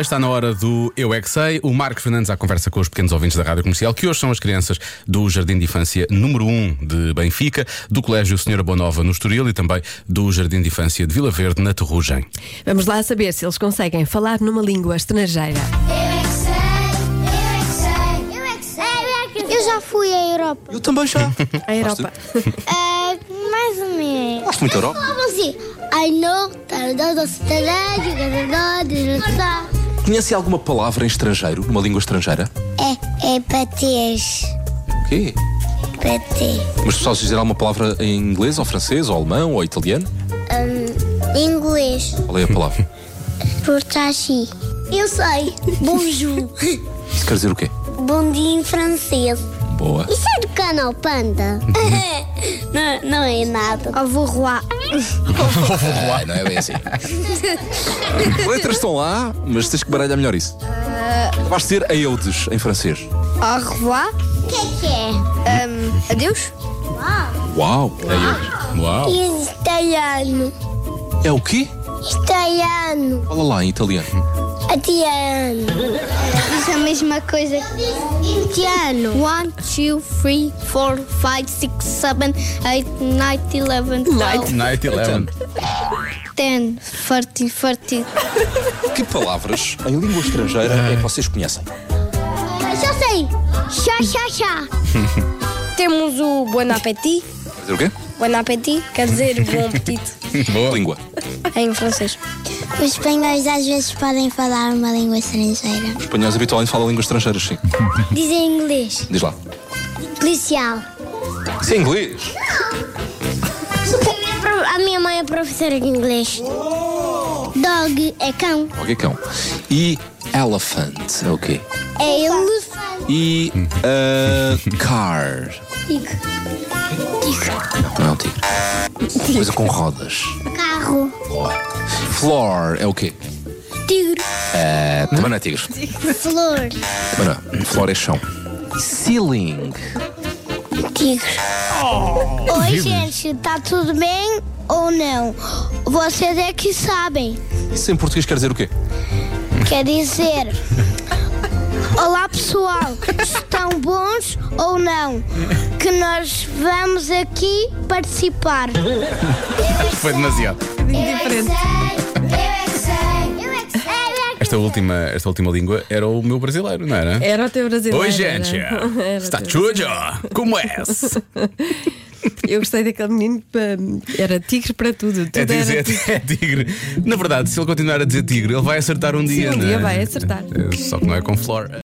Está na hora do Eu é que Sei. O Marcos Fernandes à conversa com os pequenos ouvintes da Rádio Comercial, que hoje são as crianças do Jardim de Infância número 1 de Benfica, do Colégio Senhora Bonova no Estoril e também do Jardim de Infância de Vila Verde na Terrugem. Vamos lá saber se eles conseguem falar numa língua estrangeira. Eu é que sei, eu é que sei, eu é que sei. Eu já fui à Europa. Eu também já. A Europa. mais ou menos. Gosto muito da Europa. Falavam assim, I know, tarda, doce, tarda, Conhece alguma palavra em estrangeiro, numa língua estrangeira? É, é patês. O quê? Patê. Mas tu sabes dizer alguma palavra em inglês, ou francês, ou alemão, ou italiano? Inglês, Qual é a palavra? portachi. Eu sei, bonjour. Isso quer dizer o quê? Bom dia em francês. Boa. Isso é do canal Panda? não, não é nada. Au revoir. Ah, não é bem assim. Letras estão lá, mas tens que baralhar melhor isso. Vais dizer Eudes em francês. Au revoir. O que é que é? Um, Adeus. Uau! É Uau! Em italiano. Eudes. É o quê? Italiano. Fala lá em italiano. Indiano. Diz a mesma coisa. Indiano. 1, 2, 3, 4, 5, 6, 7, 8, 9, 11, 12, Night Eleven. 10, 13, 14. Que palavras em língua estrangeira é que vocês conhecem? Já sei. Chá, chá, chá. Temos o Bon Appetit. Quer dizer o quê? Bon Appetit quer dizer bom apetite Boa. Língua. em francês. Os espanhóis às vezes podem falar uma língua estrangeira. Os espanhóis habitualmente falam línguas estrangeiras, sim. Dizem inglês. Diz lá. Policial. Isso é inglês. A minha mãe é professora de inglês. Dog é cão. O que é cão? E elephant é o quê? É elefante. E ah, car. Não é um tigre. Coisa com rodas. Carro. Boa. Floor é o quê? Tigre. Ah, também não é tigre. Flor. Também não. é. Floor é chão. Ceiling. Tigres. Oi, gente, tá tudo bem ou não? Vocês é que sabem. Isso em português quer dizer o quê? Quer dizer. Olá pessoal, estão bons ou não? Que nós vamos aqui participar. é Foi demasiado. Esta última, esta última língua era o meu brasileiro, não era? Era o teu É brasileiro. Oi, gente! Era o Está teu. tudo? Como é? Eu gostei daquele menino. pa- Era tigre para tudo. tudo É era dizer, tigre. é tigre. Na verdade, se ele continuar a dizer tigre, ele vai acertar um dia, um não é? dia vai acertar. É, Só que não é com flor.